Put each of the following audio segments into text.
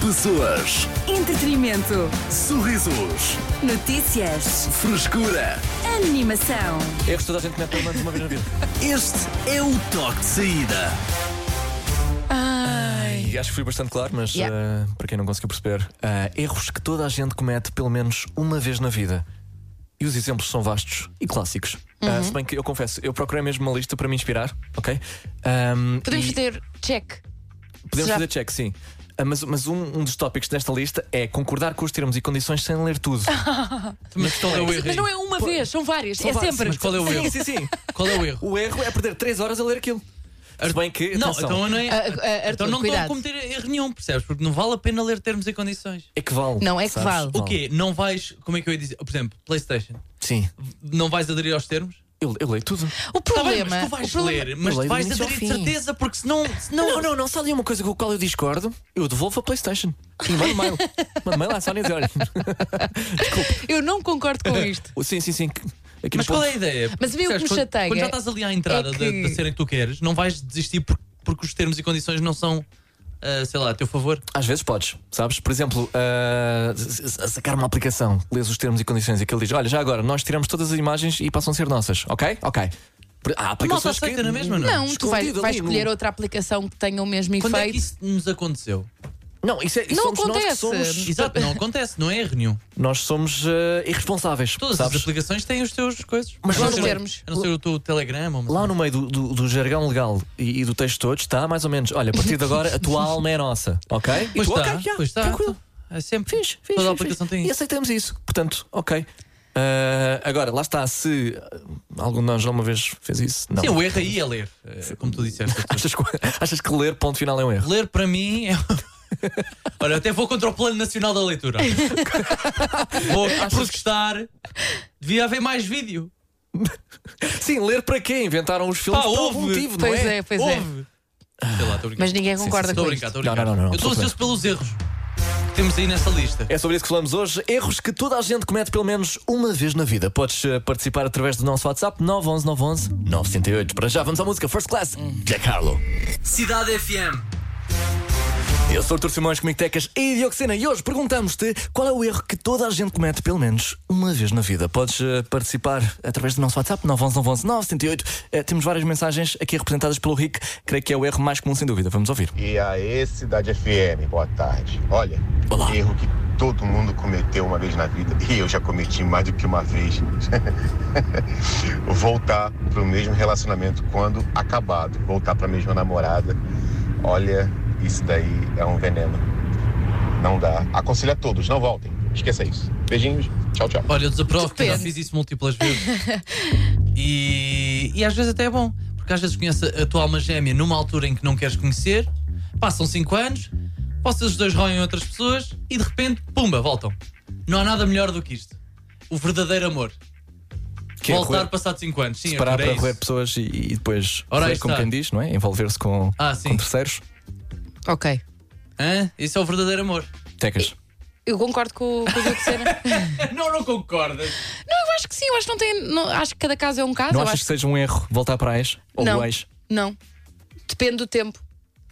Pessoas, Entretenimento. sorrisos, Notícias. frescura. Animação. Erros toda a gente comete pelo menos uma vez na vida. Este é o toque de saída. E acho que fui bastante claro, mas Yeah. eh, para quem não conseguiu perceber, eh, erros que toda a gente comete pelo menos uma vez na vida. E os exemplos são vastos e clássicos. Uhum. Eh, se bem que eu confesso, eu procurei mesmo uma lista para me inspirar, ok? Ahm, Podemos e ter check. podemos já- fazer check, sim. Ah, mas mas um, um dos tópicos desta lista é concordar com os termos e condições sem ler tudo. Ah, Mas qual é o erro? Mas aí? não é uma vez, são várias. é vários, sempre. Mas qual é o erro? sim, sim. Qual é o erro? O erro é perder 3 horas a ler aquilo. Se bem que, Não, atenção, então não é. Ah, ah, Arthur, então não estão a cuidado. cometer erro nenhum, percebes? Porque não vale a pena ler termos e condições. é que vale. Não, é que sabes? vale. O quê? Não vais. Como é que eu ia dizer? Por exemplo, PlayStation. Sim. Não vais aderir aos termos? Eu, eu leio tudo. O Tá problema. bem, mas tu o vais problema- ler, mas Eu leio do vais início ao aderir de fim. certeza, porque senão. senão Não, não, não, sabe uma coisa com a qual eu discordo? Eu devolvo a Playstation. E mando mail. Mando mail à Sony e dizer, olha. Eu não concordo com isto. Sim, sim, sim. Aqui Mas no qual ponto- é a ideia? Mas a mim o que me Percebes? Quando- chateia Quando já estás ali à entrada é da- que- da cena que tu queres, não vais desistir por- porque os termos e condições não são, ah, sei lá, a teu favor. Às vezes podes, sabes? Por exemplo, ah, s- s- sacar uma aplicação, lês os termos e condições e que ele diz: olha, já agora, nós tiramos todas as imagens e passam a ser nossas, ok? Ok. Por- Há malta aplicações que. aceita na mesma, não é? Não, tu vais, Escondido vais ali no- escolher outra aplicação que tenha o mesmo Quando é efeito. que isso nos aconteceu? Não, isso é. Não somos acontece. Nós, que somos, Exato, não acontece, não é erro nenhum. nós somos ah, irresponsáveis, Todas as sabes? aplicações têm os teus coisas. Mas A não lá ser- no- termos. A não ser o teu Telegram. ou uma- Lá no meio do, do- do jargão legal e, e do texto todo está mais ou menos: olha, a partir de agora a tua alma é nossa, ok? E Pois tu, está, ok, já, assim. pois está. tá, tranquilo. É sempre Fiz, fiz. Toda a aplicação tem E isso. aceitamos isso. Portanto, ok. Ah, agora, lá está, se ah, algum de nós já uma vez fez isso, não. Sim, o erro aí é ler, eh, como tu disseste. achas, que, achas que ler ponto final é um erro? Ler para mim é. Olha, eu até vou contra o Plano Nacional da Leitura. vou protestar. Devia haver mais vídeo. Sim, ler para quê? Inventaram os filmes Pá, por houve. algum motivo, Pois não é? é, pois é. Houve. Sei lá, estou a brincar. Mas ninguém concorda Estou a com brincar, isto. estou a brincar. Não, não, não, não, eu estou estou a ansioso pelos erros que temos aí nessa lista. É sobre isso que falamos hoje. Erros que toda a gente comete pelo menos uma vez na vida. Podes eh, participar através do nosso WhatsApp 911 911 968. Para já vamos à música First Class, Jack Harlow. Cidade FM. Eu sou o Artur Simões, comigo Tecas e Dioxina e hoje perguntamos-te qual é o erro que toda a gente comete pelo menos uma vez na vida. Podes eh, participar através do nosso WhatsApp 911-911-978. Eh, temos várias mensagens aqui representadas pelo Rick, creio que é o erro mais comum sem dúvida. Vamos ouvir. E aí, Cidade FM, boa tarde. Olha, Olá. erro que todo mundo cometeu uma vez na vida, e eu já cometi mais do que uma vez. Voltar pro mesmo relacionamento quando acabado. Voltar pra mesma namorada. Olha, isso daí é um veneno. Não dá. Aconselho a todos, não voltem. Esqueça isso. Beijinhos, tchau, tchau. Olha, eu desaprovo que já Depende. fiz isso múltiplas vezes. e, e às vezes até é bom, porque às vezes conhece a tua alma gêmea numa altura em que não queres conhecer, passam 5 anos, vocês os dois roem outras pessoas e de repente, pumba, voltam. Não há nada melhor do que isto. O verdadeiro amor. Que é Voltar roer- passado 5 anos. Sim, Parar amor, é para roer isso. pessoas e, e depois, Ora, roer aí como está. quem diz, não é? Envolver-se com, Ah, sim. com terceiros. Ok. Hã? Isso é o verdadeiro amor. Tecas. Eu concordo com, com o Diogo Sena. não, não concordas. não, eu acho que sim, eu acho que não tem. não- acho que cada caso é um caso. Não eu achas acho que seja um erro voltar para a ex ou não, o ex? Não. Depende do tempo.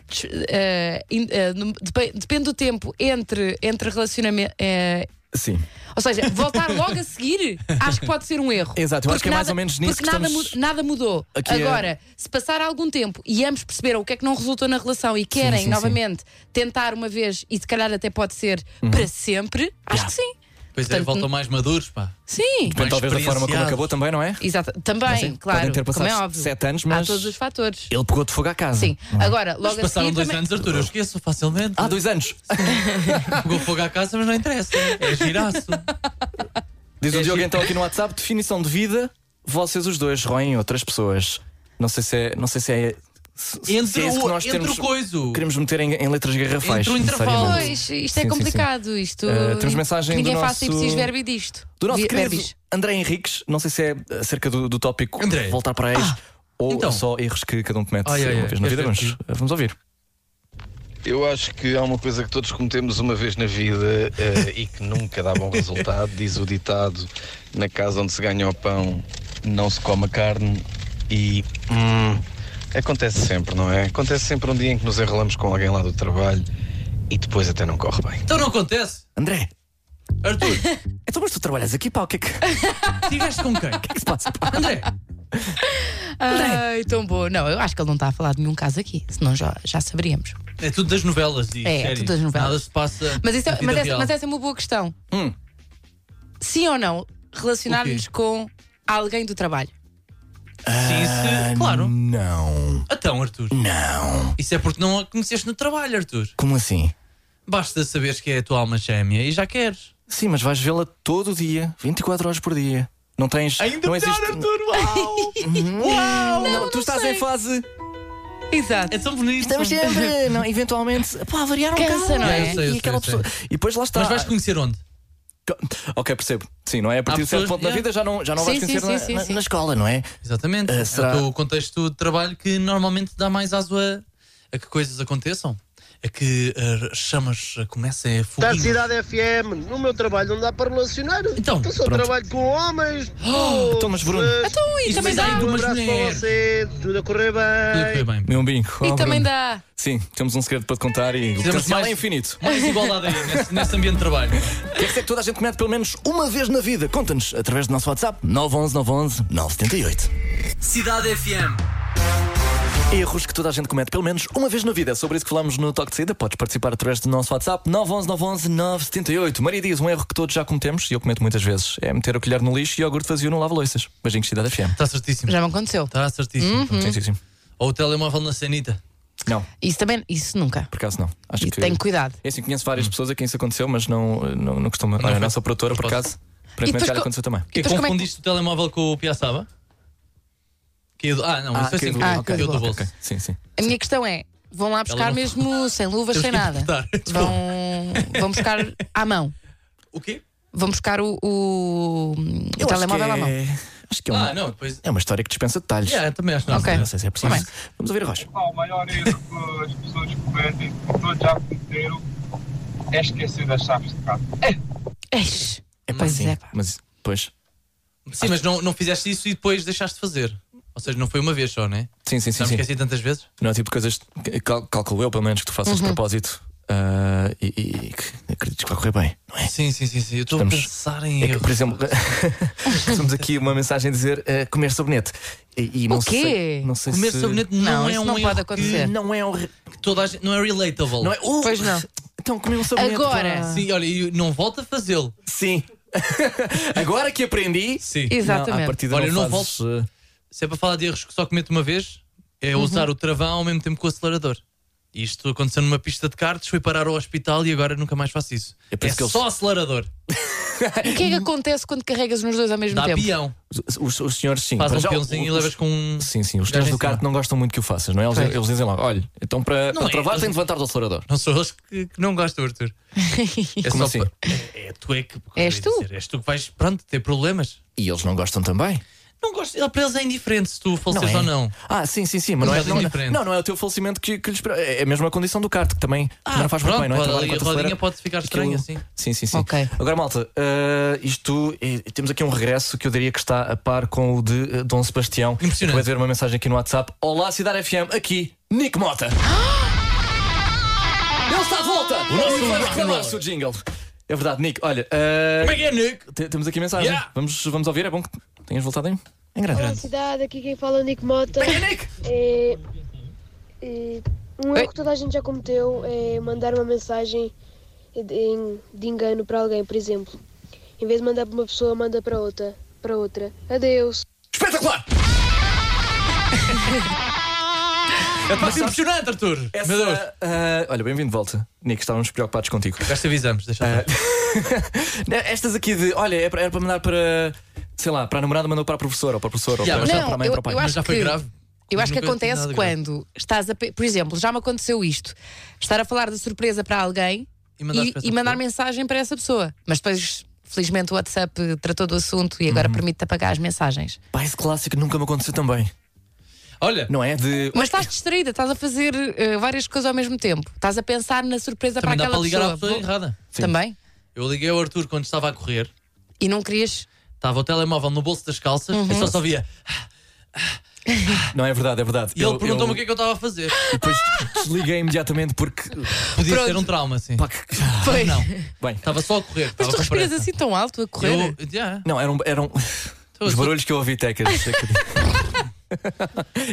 Des- eh, in- eh, no- depe- depende do tempo entre, entre relacionamento. eh, Sim. ou seja, voltar logo a seguir, acho que pode ser um erro. Exato, eu acho Porque que é mais nada- ou menos nisso Porque que nada, estamos- mu- nada mudou. Aqui é- Agora, se passar algum tempo e ambos perceberam o que é que não resultou na relação e querem sim, sim. novamente tentar uma vez e se calhar até pode ser Uhum. para sempre, acho que sim. Pois é, Portanto, voltam mais maduros, pá. Sim. Depende Mais talvez da forma como experienciado. acabou também, não é? Exato. Também, Não sei, claro. Podem ter como passado é óbvio. sete anos, Há mas todos os fatores. ele pegou de fogo à casa. Sim. não é? Agora, Mas logo a passaram seguir. dois também- Ah, anos, Arthur, eu esqueço facilmente. Há dois anos. Pegou fogo à casa, mas não interessa. É giraço. Diz o É Diogo giro. então aqui no WhatsApp: definição de vida, vocês os dois roem outras pessoas. Não sei se é. Não sei se é se- se Entre, é isso que o, nós entre temos- o coiso. queremos meter em, em letras garrafais. Entre o intervalo. necessariamente. Pois, isto Sim, sim, é complicado. Isto. Eh, temos mensagem ninguém do faz nosso- ipsis verbi disto. Do nosso Vi- querido verbis. André Henriques, não sei se é acerca do, do tópico André. voltar para ex ou Então. só erros que cada um comete Ai, ai, uma ai, vez na quer vida. ver Vamos, vamos ouvir. Eu acho que há uma coisa que todos cometemos uma vez na vida eh, e que nunca dá bom resultado, diz o ditado: na casa onde se ganha o pão não se come a carne e. hum, acontece sempre, não é? Acontece sempre um dia em que nos enrolamos com alguém lá do trabalho e depois até não corre bem. Então não acontece. André, Arthur, então mas tu trabalhas aqui, pá, o que é que, o que tiveste com quem? é que se passa? pá? André, Ai, tão bom. Não, eu acho que ele não está a falar de nenhum caso aqui, senão já, já saberíamos. é tudo das novelas. E É, é séries. tudo das novelas. Nada se passa. Mas, isso na é, vida mas, essa, real. mas essa é uma boa questão. Hum. Sim ou não, relacionarmos com alguém do trabalho. Sim, se- claro. Ah, Não, Então, Arthur, não. isso é porque não a conheceste no trabalho, Arthur. Como assim? Basta saberes que é a tua alma gêmea e já queres. Sim, mas vais vê-la todo dia, 24 horas por dia. Não tens. não existe... Uau! Uau! Não, tu não estás sei. em fase. Exato. É tão bonito. Estamos sempre. não, eventualmente. Pá, variar um Cansa, bocado, não é? né? Eu sei, eu e sei, aquela eu sei. pessoa. E depois lá está. Mas vais conhecer onde? Ok, percebo. Sim, não é? A partir Há de certo pessoas- ponto da yeah. vida já não, já não Sim, vais sim, conhecer na, sim, sim, na- sim. na escola, não é? Exatamente. Ah, será- É o teu contexto de trabalho que normalmente dá mais aso a, a que coisas aconteçam. A que ah, chamas ah, comecem a Da Tá, foguinhos. cidade FM, no meu trabalho não dá para relacionar. Então, eu só pronto. trabalho com homens. Oh, então, mas Bruno. Então, e Isso também mas há dá. Um algumas abraço para mulheres. você, tudo a correr Tudo que bem. foi bem. Meu bingo. E Oh, também Bruno. dá. Sim, temos um segredo para te contar e o Fizemos potencial mais- é infinito. Mais igualdade aí, nesse, nesse ambiente de trabalho. Quer dizer que toda a gente comete pelo menos uma vez na vida? Conta-nos através do nosso WhatsApp 911 911 978. Cidade FM. Erros que toda a gente comete pelo menos uma vez na vida. É sobre isso que falamos no Toque de Saída. Podes participar através do nosso WhatsApp 911 911 978. Maria diz um erro que todos já cometemos e eu cometo muitas vezes. É meter o colher no lixo e o iogurte vazio no lava-loiças. Beijinhos, Cidade FM. Está Tá certíssimo. Já Uhum. me aconteceu. Tá. Está certíssimo. Hum. Sim, sim, sim. Ou o telemóvel na sanita. Não, Isso também, isso nunca. por acaso não. Acho E que... tem cuidado. É assim, conheço várias pessoas a quem isso aconteceu, mas não, não, não costuma. Olha, a foi. nossa produtora, por Não acaso, aparentemente depois já lhe co- aconteceu também. Que Mas como é que- Então confundiste o telemóvel com o Piaçaba? Que eu- Ah, não, Ah, isso foi que eu- sem ah, querer. que eu- Caiu do ok, bolso. Ok, sim, sim. A minha questão é: vão lá buscar não- mesmo sem luvas, Temos sem que nada. interpretar. Desculpa. Vão, vão buscar à mão. O quê? Vão buscar o, o, o Eu acho telemóvel que à mão. é- Acho que é uma, Ah, não, depois. é uma história que dispensa detalhes. Yeah, também acho que não. Ok. Não sei se é preciso. Tá bem. Vamos ouvir a Rocha. Pá, o maior erro que as pessoas cometem, que todos já cometeram, é esquecer das chaves de casa. Eish. É Pois sim, é, pá. Mas, pois. Sim, mas não, não fizeste isso e depois deixaste de fazer. Ou seja, não foi uma vez só, né? Sim, sim, sim. Já me sim. esqueci tantas vezes. Não é tipo de coisas. que cal- calculo eu, pelo menos, que tu faças de propósito ah, e, e que acredites que vai correr bem, não é? Sim, sim, sim. sim. Eu estou a Estamos- pensar em É que, erros. por exemplo, temos aqui uma mensagem a dizer ah, comer sabonete. E, e não O quê? Sei, não sei Comer se- sabonete não, Não, é isso um não erro pode que acontecer. Não é horrível. toda a gente- não é relatable. Não é? Uh, Pois não. Então comi um sabonete. Agora. pá. Sim, olha, e não volto a fazê-lo. Sim. Agora que aprendi. Sim. Não, à Exatamente. partida Olha, eu não fazes, eh, Se é para falar de erros que só cometo uma vez, é usar o travão ao mesmo tempo que o acelerador. E Isto aconteceu numa pista de karts, fui parar ao hospital e agora nunca mais faço isso. É É, por isso que eles- só acelerador. O que é que acontece quando carregas nos dois ao mesmo Dá tempo? peão. os- os, os senhores, sim. Faz para um já, peãozinho e os- levas com um. Sim, sim. Os senhores Já nem do sei. kart não gostam muito que o faças, não é? Eles, Pois. eles dizem logo: olha, então para, para é, travar eles- tem de levantar do acelerador. Não sou eles que, que não gostam, Arthur. É Como só assim? pa- É, é tu é que. como eu És ia tu? dizer, és tu que vais, pronto, ter problemas. E eles não gostam também. Não gosto. ele- Para eles é indiferente se tu faleces é? ou não. Ah, sim, sim, sim. Mas não é, Mas é não, diferente. não, não é o teu falecimento que, que lhes espera. É a mesma condição do kart, que também também não faz muito Ah, pronto, bem, não é? pode- Trabalha ali a enquanto rodinha acelera. pode ficar assim. estranha, sim. Sim, sim, sim. Ok. Agora, malta, eh, isto eh, temos aqui um regresso que eu diria que está a par com o de eh, Dom Sebastião. Impressionante. Vai ver uma mensagem aqui no WhatsApp. Olá, Cidade FM, aqui, Nick Mota. Ele está de volta! O nosso vai reclamar-se o jingle. É verdade, Nick, olha, eh, Como é que é, Nick? te- temos aqui mensagem. Yeah. Vamos, vamos ouvir, é bom que tenhas voltado em, em grande. Olá, cidade, aqui quem fala é o Nico Mota. Nick! É, é, um erro que toda a gente já cometeu é mandar uma mensagem de, de engano para alguém, por exemplo. Em vez de mandar para uma pessoa, manda para outra. Para outra. Adeus. Espetacular! É pá, impressionante, Arthur. Meu Deus. Essa, eh, olha, bem-vindo de volta. Nick, estávamos preocupados contigo. Já te avisamos, deixa estar. Né, Estas aqui de, olha, é para- era para mandar para, sei lá, para a namorada, mandou para a professora, ou para a professora, Yeah, ou mas- para, Não, para a mãe, eu- para o pai. eu Mas acho já foi que- grave. Eu acho Nunca que tive acontece nada grave. quando estás a. pe- Por exemplo, já me aconteceu isto: estar a falar de surpresa para alguém E mandaste e- para essa e, mandar pessoa. mensagem para essa pessoa. Mas depois, felizmente, o WhatsApp tratou do assunto e Uhum. agora permite-te apagar as mensagens. Pá, esse clássico nunca me aconteceu também. Olha, Não é? De. Mas estás distraída, estás a fazer eh, várias coisas ao mesmo tempo. Estás a pensar na surpresa também para dá aquela para ligar à pessoa. pessoa errada. Também. Eu liguei ao Arthur quando estava a correr, E não querias. Uhum. estava o telemóvel no bolso das calças e só só via. Não, é verdade, é verdade. E ele perguntou-me o que é que eu estava a fazer. Depois desliguei imediatamente porque. Podia ser um trauma, sim. Pá, que- Foi. Não, Bem, estava só a correr. Mas Estava tu com respiras pressa. assim tão alto a correr? Eu, é. yeah. não, eram. eram um, os eu- barulhos que eu ouvi, Tecas.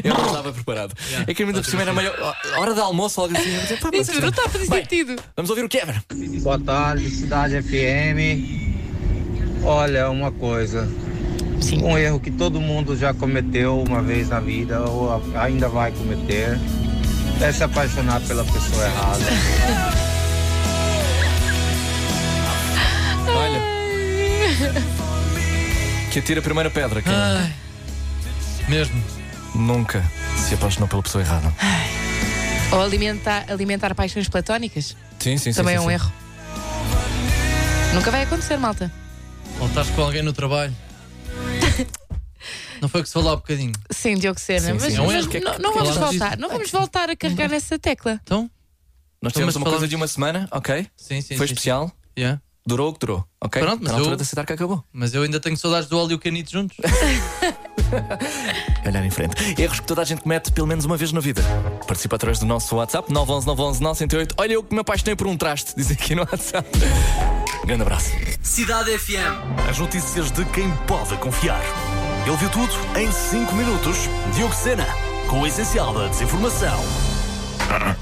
Eu não estava preparado. É que ainda por cima era meio. Hora de almoço, algo assim. Eu dizia, pá, mas Isso é não está a fazer Bem, sentido. Vamos ouvir o Kevin. Boa tarde, Cidade FM. Olha, uma coisa. Um erro que todo mundo já cometeu uma vez na vida ou a- ainda vai cometer é se apaixonar pela pessoa errada. Olha, que atira a primeira pedra, quem Ai. Mesmo. nunca se apaixonou pela pessoa errada. Ou alimentar, alimentar paixões platónicas? Sim, sim, sim. Também sim, é um sim. erro. Nunca vai acontecer, malta. Ou estás com alguém no trabalho. Não foi o que se falou há bocadinho. Sim, Diogo Sena, Sim, mas, sim. É um mas erro. Que é que- não, que não é que vamos ela diz? voltar. Não vamos voltar a carregar nessa tecla. Então? Nós Então, tivemos mas uma coisa falamos- de uma semana, ok? Sim, sim. Foi sim, especial, sim. Yeah. durou o que durou, ok? Pronto, mas Está na altura eu- de aceitar que acabou. Mas eu ainda tenho saudades do óleo e o canito juntos. Olhar em frente. Erros que toda a gente comete pelo menos uma vez na vida. Participa através do nosso WhatsApp 911 911 908. Olha eu que me apaixonei por um traste, diz aqui no WhatsApp. Grande abraço. Cidade FM. As notícias de quem pode confiar. Ele viu tudo em 5 minutos. Diogo Sena, com o essencial da desinformação.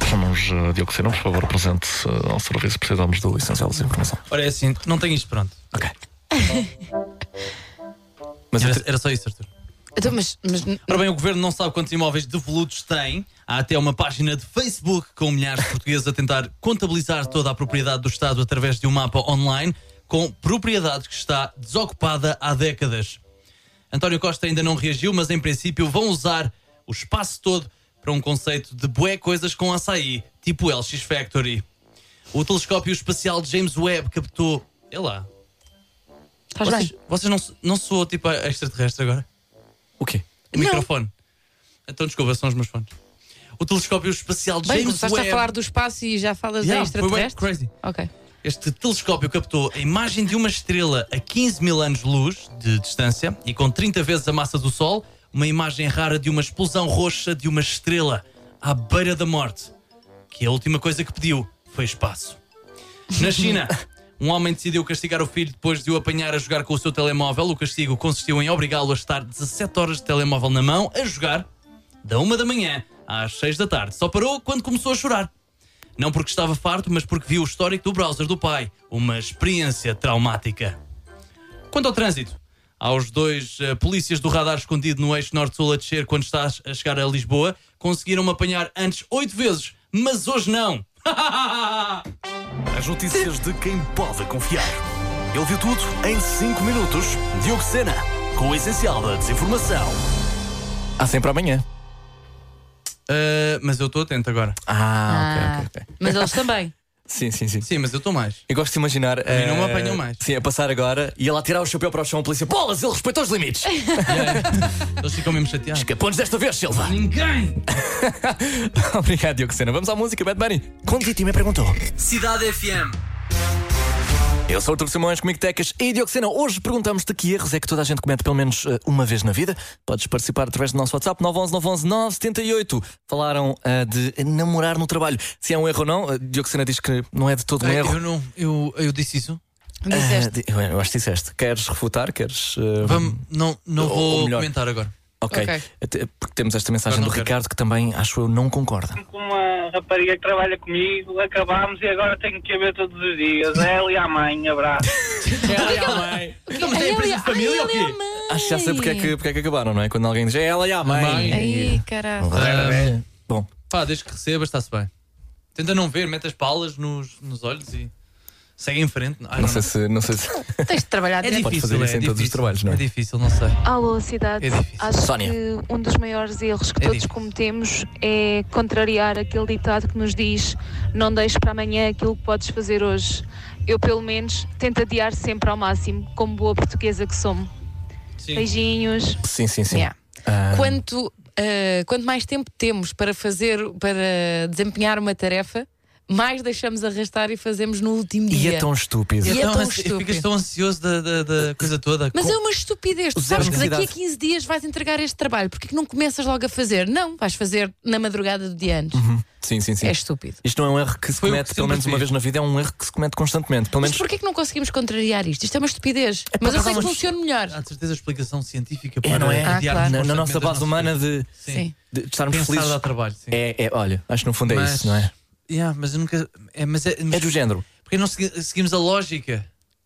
Chamamos uh, Diogo Serão, por favor, presente eh, ao serviço. Precisamos do essencial de informação. Olha, é assim, não tenho isto pronto. Ok. Mas Era, eu te- era só isso, Arthur. Então, mas, mas n- Ora bem, o governo não sabe quantos imóveis devolutos tem. Há até uma página de Facebook com milhares de portugueses a tentar contabilizar toda a propriedade do Estado através de um mapa online com propriedade que está desocupada há décadas. António Costa ainda não reagiu, mas em princípio vão usar o espaço todo para um conceito de bué coisas com açaí, tipo o LX Factory. O telescópio espacial de James Webb captou. É lá. estás Vocês, bem? vocês não, não soou tipo a extraterrestre agora? O quê? O Não. microfone. Então, desculpa, são os meus fones. O telescópio espacial Bem, James começaste Webb. a falar do espaço e já falas Yeah, da foi bem extraterrestre? crazy. Ok. Este telescópio captou a imagem de uma estrela a 15 mil anos-luz de distância e com 30 vezes a massa do Sol, uma imagem rara de uma explosão roxa de uma estrela à beira da morte, que é a última coisa que pediu foi espaço. Na China, um homem decidiu castigar o filho depois de o apanhar a jogar com o seu telemóvel. O castigo consistiu em obrigá-lo a estar 17 horas de telemóvel na mão a jogar, da 1 da manhã às 6 da tarde. Só parou quando começou a chorar. Não porque estava farto, mas porque viu o histórico do browser do pai. Uma experiência traumática. Quanto ao trânsito, há os dois eh, polícias do radar escondido no eixo norte-sul a descer quando está a chegar a Lisboa. Conseguiram-me apanhar antes oito vezes, mas hoje não. As notícias de quem pode confiar. Ele viu tudo em 5 minutos. Diogo Sena, com o essencial da desinformação. Há sempre amanhã. Eh, mas eu estou atento agora. Ah, ok, ok, Ah, ok. Mas eles também. Sim, sim, sim. Sim, mas eu estou mais. Eu gosto de imaginar. mim não me eh, apanham mais. Sim, a passar agora e ela a tirar o chapéu para o chão. A polícia, bolas, ele respeitou os limites. Eles ficam mesmo chateados. Escapou-nos desta vez, Silva. Ninguém! Obrigado, Diogo Sena. Vamos à música, Bad Bunny. Quando Vitima perguntou. Cidade FM. Eu sou o Artur Simões, comigo Tecas e Diogo Sena. Hoje perguntamos-te que erros é que toda a gente comete pelo menos eh, uma vez na vida. Podes participar através do nosso WhatsApp 911 911 978. Falaram eh, de namorar no trabalho. Se é um erro ou não, eh, Diogo Sena diz que não é de todo um erro. eu não. Eu, eu disse isso. Disseste. Eh, eu, eu acho que disseste. Queres refutar? Queres. eh, é Vamos, não não Ou- ou vou melhor. comentar agora. Ok. Ok. Até- Porque temos esta mensagem Agora do não quero. Ricardo que também, acho eu, não concorda. Com uma rapariga que trabalha comigo, acabámos e agora tenho que a ver todos os dias. A ela e a mãe, abraço. Ela é a mãe. Não, mas é Ai, ele- empresa de família ai, ou ele é quê? a mãe. Acho que já sei porque é que, porque é que acabaram, não é? Quando alguém diz é ela e a mãe. Mãe. Ai, caralho. Ah, Bom, Pá, desde que recebas, está-se bem. Tenta não ver, mete as palas nos, nos olhos e segue em frente. Ai, não sei se. Não sei se... Tens de trabalhar É direito. difícil, Pode fazer é, isso em todos os difícil. trabalhos, não é? É difícil, não sei. Alô, cidade. É difícil. Acho Sónia. que um dos maiores erros que É todos difícil. cometemos é contrariar aquele ditado que nos diz não deixes para amanhã aquilo que podes fazer hoje. Eu, pelo menos, tento adiar sempre ao máximo, como boa portuguesa que sou. Sim. Beijinhos. Sim, sim, sim. Yeah. Ah, Quanto, ah, quanto mais tempo temos para fazer, para desempenhar uma tarefa, mais deixamos arrastar e fazemos no último E dia. é tão estúpido. E é tão ansi- estúpido. Então, Ficas tão ansioso da, da- da coisa toda. Mas Com- é uma estupidez. Tu Zero sabes que daqui a necessidade. 15 dias vais entregar este trabalho. Porquê que não começas logo a fazer? Não, vais fazer na madrugada do dia antes. Sim, sim, sim. É estúpido. Isto não é um erro que se comete pelo menos uma vez na vida, é um erro que se comete constantemente. Pelo Mas menos porquê que não conseguimos contrariar isto? Isto é uma estupidez. Mas eu sei que funciona melhor. Há de certeza explicação científica para é, não é? Ah, na, adiar na Ah, constantemente nossa as base humana de, Sim. de estarmos Pensar felizes. ao trabalho, sim. É, é, olha, acho que no fundo é Mas- isso, não é? Yeah, mas eu nunca. É, mas é, É do género. Porque não segui- seguimos a lógica.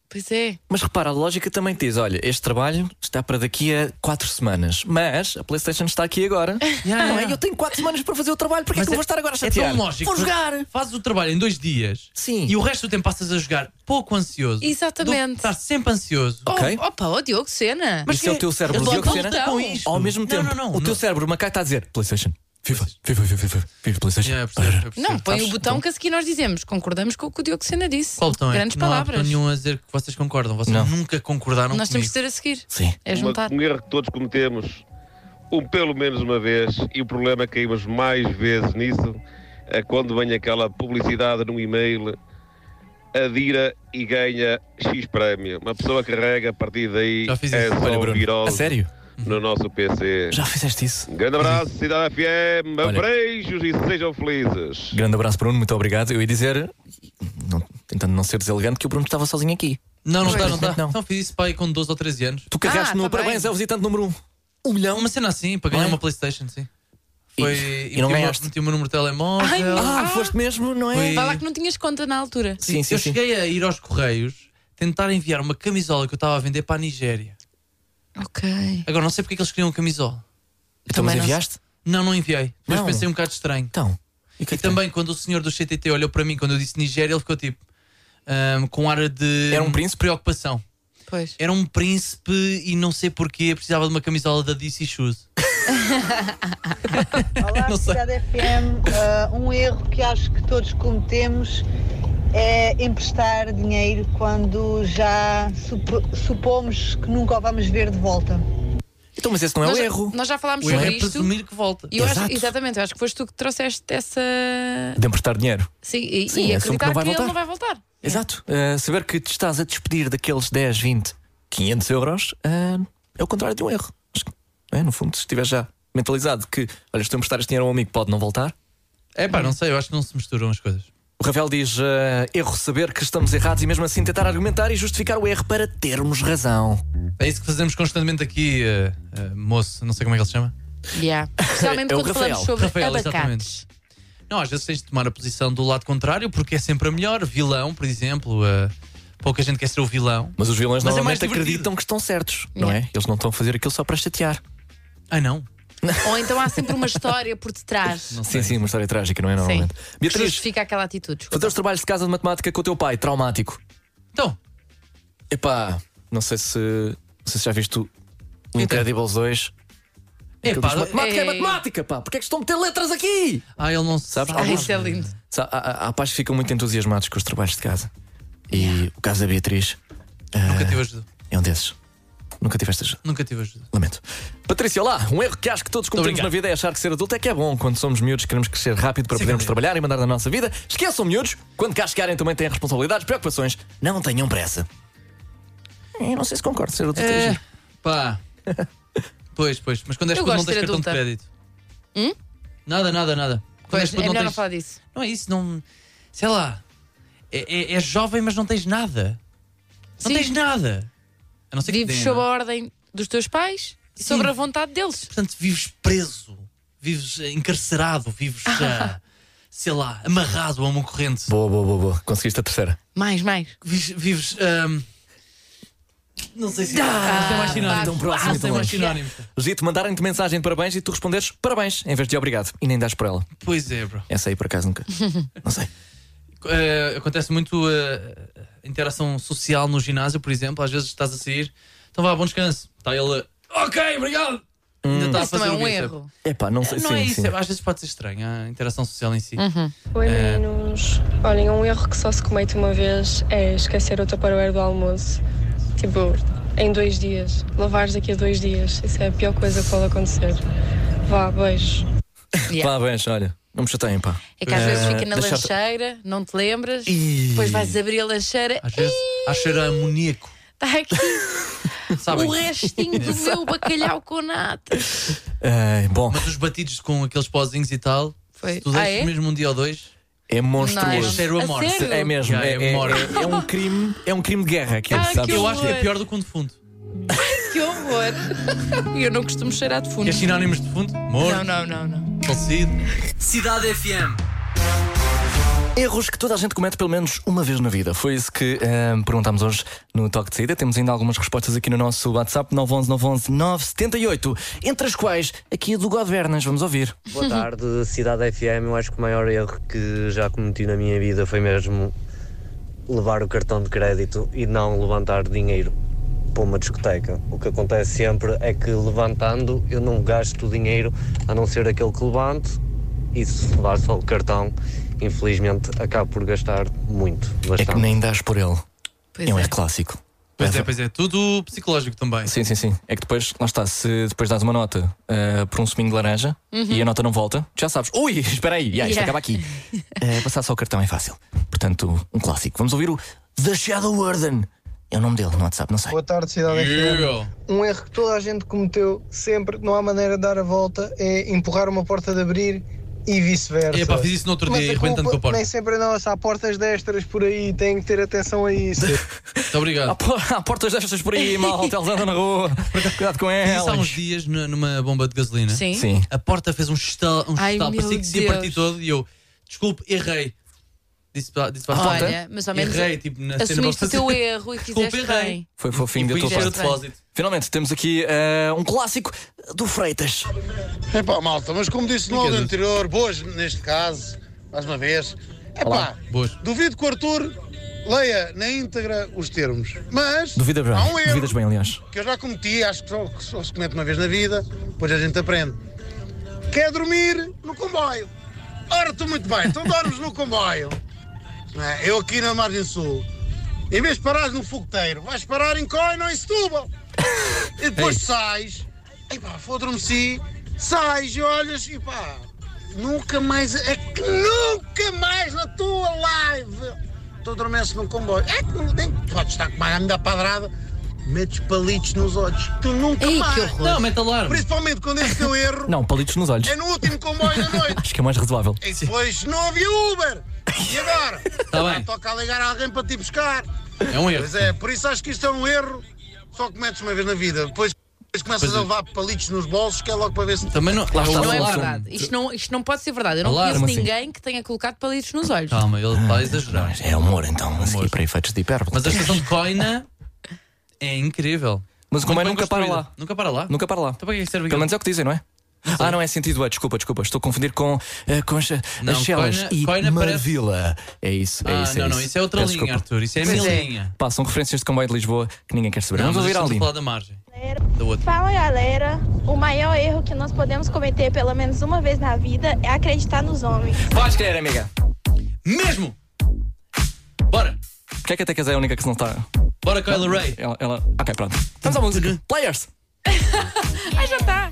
Pois é. Mas repara, a lógica também te diz: olha, este trabalho está para daqui a 4 semanas, mas a PlayStation está aqui agora. não é? Eu tenho 4 semanas para fazer o trabalho, porque é que eu vou estar agora a É chatear? tão lógico. Vou jogar. Fazes o trabalho em dois dias. Sim. E o resto do tempo passas a jogar pouco ansioso. Exatamente. Do- Estás sempre ansioso. Oh, opa, oh, Diogo Sena. Mas Isso é o teu cérebro, Eu Diogo volto Sena. então. Com isto. Ao mesmo Não, tempo, não, não, o teu não. cérebro, uma cara está a dizer: PlayStation, FIFA, FIFA, FIFA, FIFA, FIFA PlayStation. Não, põe o Sabes? botão que a seguir nós dizemos. Concordamos com o que o Diogo Sena disse. Qual botão é? Grandes não há botão palavras. nenhum a dizer que vocês concordam. Vocês nunca concordaram Nós comigo. temos que ter a seguir. Sim. É Uma- juntar. um erro que todos cometemos, um pelo menos uma vez, e o problema é que caímos mais vezes nisso, é quando vem aquela publicidade no e-mail, adira e ganha X prémio. Uma pessoa carrega, a partir daí Já fiz é isso. só Olha, Bruno, virose a sério? Uhum. no nosso PC. Já fizeste isso? Um grande abraço, Cidade FM, beijos e sejam felizes. Grande abraço, Bruno, muito obrigado. Eu ia dizer, não- tentando não ser deselegante, que o Bruno estava sozinho aqui. Não, não Pois. está, não está. Não. Então fiz isso pai com 12 ou 13 anos. Tu carregaste Ah, no tá bem. parabéns, é o visitante número 1. Um milhão? Uma cena assim, para ganhar Não é? uma Playstation, sim. Foi, E- e, e não meti o meu- ganhaste? Meti o meu número de telemóvel. Ai, meu- Ah, foste mesmo, não Foi- Vai lá que não tinhas conta na altura. eu cheguei a ir aos Correios tentar enviar uma camisola que eu estava a vender para a Nigéria. Ok. Agora, não sei porque é que eles queriam a camisola. Então, mas Também não enviaste? Não, não enviei. Mas Não. pensei um bocado estranho. Então. E, também, quando o senhor do CTT olhou para mim, quando eu disse Nigéria, ele ficou tipo. ahm, com ar de. Era um príncipe? Preocupação. Pois. Era um príncipe e não sei porquê precisava de uma camisola da DC Shoes. Olá, Cidade FM. Ah, um erro que acho que todos cometemos é emprestar dinheiro quando já supo- supomos que nunca o vamos ver de volta. Então, mas esse não é Nós o já- erro. Nós já falámos O sobre erro é isto. presumir que volta. E eu acho- Exato. exatamente, eu acho que foste tu que trouxeste essa. De emprestar dinheiro. Sim, e, Sim, e assumo que não acreditar que, vai ele voltar. não vai voltar. Exato. Uh, saber que te estás a despedir daqueles 10, 20, 500 euros uh, é o contrário de um erro. Acho que, não é? no fundo, se estiver já mentalizado que, olha, estou a emprestar este dinheiro a um amigo, pode não voltar. É pá, não sei, eu acho que não se misturam as coisas. O Ravel diz: uh, erro saber que estamos errados e mesmo assim tentar argumentar e justificar o erro para termos razão. É isso que fazemos constantemente aqui, eh, eh, moço, não sei como é que ele se chama. Yeah. Especialmente É o quando falamos Rafael. sobre Rafael, abacates. exatamente. Não, às vezes tens de tomar a posição do lado contrário porque é sempre a melhor. Vilão, por exemplo, eh, pouca gente quer ser o vilão. Mas os vilões Mas é mais normalmente divertido. acreditam que estão certos, não é? Eles não estão a fazer aquilo só para chatear. Ah, não. Ou então há sempre uma história por detrás Sim, sim, uma história trágica, não é? Sim. Normalmente. que Beatriz, justifica aquela atitude. fazer os trabalhos de casa de matemática com o teu pai, traumático. Então. Epá, não sei se, não sei se já viste o Então, Incredibles 2. Aquilo Epá, diz, matemática é ei. matemática, pá. Porquê é que estão a meter letras aqui? Ah, ele não sabes. Há Ah, alguns- isso é lindo. Sa- Há, há, há pais que ficam muito entusiasmados com os trabalhos de casa. E o caso da Beatriz. Nunca tive ajuda. É um desses. Nunca tiveste ajuda. Nunca tive ajuda. Lamento. Patrícia, olá. Um erro que acho que todos cometemos na vida é achar que ser adulto é que é bom. Quando somos miúdos, queremos crescer rápido para podermos trabalhar e mandar na nossa vida. Esqueçam miúdos. Quando cá chegarem, também têm responsabilidades, preocupações. Não tenham pressa. Eu não sei se concordo ser adulto. É, pá. Pois, pois. Mas quando és Eu puto não gosto tens de ser cartão de adulta. crédito. Hum? Nada, nada, nada. Quando és Pois, é puto, melhor não tens- falar disso. Não é isso, não. Sei lá. É, é- é jovem, mas não tens nada. Não tens nada. A não ser que te Vives deem, sob a não é? ordem dos teus pais e sobre a vontade deles. Portanto, vives preso, vives eh, encarcerado, vives, Ah. eh, sei lá, amarrado a uma corrente. Boa, boa, boa, boa. Conseguiste a terceira. Mais, mais. Vives. vives, ehm, não sei se Ah, Ah, tem mais sinónimo. Então, próximo, Ah, então, tem mais vamos. sinónimo. Gito, mandarem-te mensagem de parabéns e tu responderes parabéns em vez de obrigado. E nem dás por ela. Pois é, bro. Essa aí por acaso nunca. Eh, acontece muito eh, a interação social no ginásio, por exemplo. Às vezes estás a sair, então vá, bom descanso. Está ele, a, ok, obrigado. Ainda está a Isso não fazer é o um bíceps. erro. Epá, não sei Não Hum. sim, é isso, sim. às vezes pode ser estranho a interação social em si. Uhum. Oi Eh, meninos, olhem, um erro que só se comete uma vez é esquecer o tupperware do almoço. Tipo, em dois dias. Lavares daqui a dois dias. Isso é a pior coisa que pode acontecer. Vá, beijos. Parabéns, olha. Não me chateiem, pá. É que às vezes Eh, fica na deixa- lancheira, não te lembras, Ih. depois vais abrir a lancheira, Às vezes há cheiro a amoníaco. está aqui Sabem? o restinho do meu bacalhau com nata. bom. Mas os batidos com aqueles pozinhos e tal, Foi. se tu Ah, deixas é? Ah, mesmo um dia ou dois. É É monstruoso. cheiro a morte. É mesmo. Yeah, É, é é- morte. é um crime, é um crime de guerra aquilo, Ah, que sabes? Eu acho que é pior do que um defunto. Que horror! E eu não costumo cheirar de fundo. Quer É sinónimos de fundo? Uhum. Não, Morto, não, não, não. falecido. Cidade FM. Erros que toda a gente comete pelo menos uma vez na vida. Foi isso que ahm, perguntámos hoje no Toque de Saída. Temos ainda algumas respostas aqui no nosso WhatsApp 911 911 978, entre as quais aqui a do Governas. Vamos ouvir. Boa tarde, Cidade FM. Eu acho que o maior erro que já cometi na minha vida foi mesmo levar o cartão de crédito e não levantar dinheiro para uma discoteca. O que acontece sempre é que levantando eu não gasto o dinheiro a não ser aquele que levanto e se levar só o cartão, infelizmente acabo por gastar muito. É que nem dás por ele. Pois é um é. erro clássico. Pois é, pois é, tudo psicológico também. Sim, sim, sim. É que depois, lá está, se depois dás uma nota ah, por um suminho de laranja Uhum. e a nota não volta, já sabes. Ui, espera aí, já, isto Yeah. acaba aqui. Ah, passar só o cartão é fácil. Portanto, um clássico. Vamos ouvir o The Shadow Warden. É o nome dele no WhatsApp, não sei. Boa tarde, Cidade Yeah. FM. Um erro que toda a gente cometeu sempre, não há maneira de dar a volta, é empurrar uma porta de abrir e vice-versa. Epá, fiz isso no outro Mas dia, a arrebentando culpa um com a porta. Nem sempre é nossa, há portas destras por aí, têm que ter atenção a isso. Muito obrigado. Há, por- há portas destas por aí, mal, eles andam na rua. Cuidado com Fiz é um isso há uns elas. dias nu- numa bomba de gasolina. Sim. Sim. A porta fez um estalo, um Ai, estalo meu parecia que se ia Deus. partir todo e eu, desculpe, errei. Disse para disse para a Olha, porta, mas ao menos errei, tipo, na cena assumiste o para teu fazer. erro e Desculpa, fizeste errei. bem. Foi fofinho E da fui tua encher o parte. depósito. Finalmente, temos aqui ah, um clássico do Freitas. Epá, malta, mas como disse no áudio anterior, boas neste caso, mais uma vez. Epá, Olá, boas. duvido que o Arthur leia É, na íntegra os termos. Mas Duvidas bem, há um erro duvidas bem, aliás. que eu já cometi, acho que só, que só se comete uma vez na vida, depois a gente aprende. Quer dormir no comboio. Ora, tu muito bem, então dormes no comboio. Não é? Eu aqui na Margem Sul, em vez de parares no fogueteiro, vais parar em Coino, em Setúbal. E depois sais, e pá, vou adormeci, sais e olhas e pá, nunca mais, é que nunca mais na tua live tu adormeces num comboio. É que não- nem podes estar com uma anda padrada, metes palitos nos olhos, tu nunca mais. Não, mete alarme. Principalmente quando esse teu erro Não, palitos nos olhos. é no último comboio da noite. Acho que é mais razoável. E depois não havia Uber. E agora? Tá Agora bem. Toca a ligar alguém para te ir buscar. É um erro. Pois é, por isso acho que isto é um erro. Só cometes uma vez na vida. Depois, depois começas Pois é. a levar palitos nos bolsos, que é logo para ver se. Também não- um Lá está, Não é verdade. Isto não, isto não pode ser verdade. Eu não Alarme, conheço Tá sim. Tá. ninguém que tenha colocado palitos nos olhos. Calma, ele está a exagerar. É humor, então, a seguir para efeitos de hipérbole. Mas a estação de Coina é incrível. Mas o comboio Muito bem nunca para construída. lá. Nunca para lá. Nunca para lá. Então, para que é que Pelo serve aquilo? menos é o que dizem, não é? Ah, não é sentido A, desculpa, desculpa. Estou a confundir com, eh, com as, Não, as Chelas Coina- e Coina parece- Marvila. É isso, é Ah, isso. não, é não, isso é outra Peço linha, Arthur, isso é a Pois minha linha. Pá, são referências de comboio de Lisboa que ninguém quer saber. Não, Vamos mas é ouvir estamos ali. a falar da margem. Da outra. Fala galera, o maior erro que nós podemos cometer pelo menos uma vez na vida é acreditar nos homens. Vais crer, amiga. Mesmo! Bora! Porquê é que até que é a única que não está? Bora, Kyla Ray. Uhum. Ela, ela... Ok, pronto. Estamos à música. Players! Ah, já está.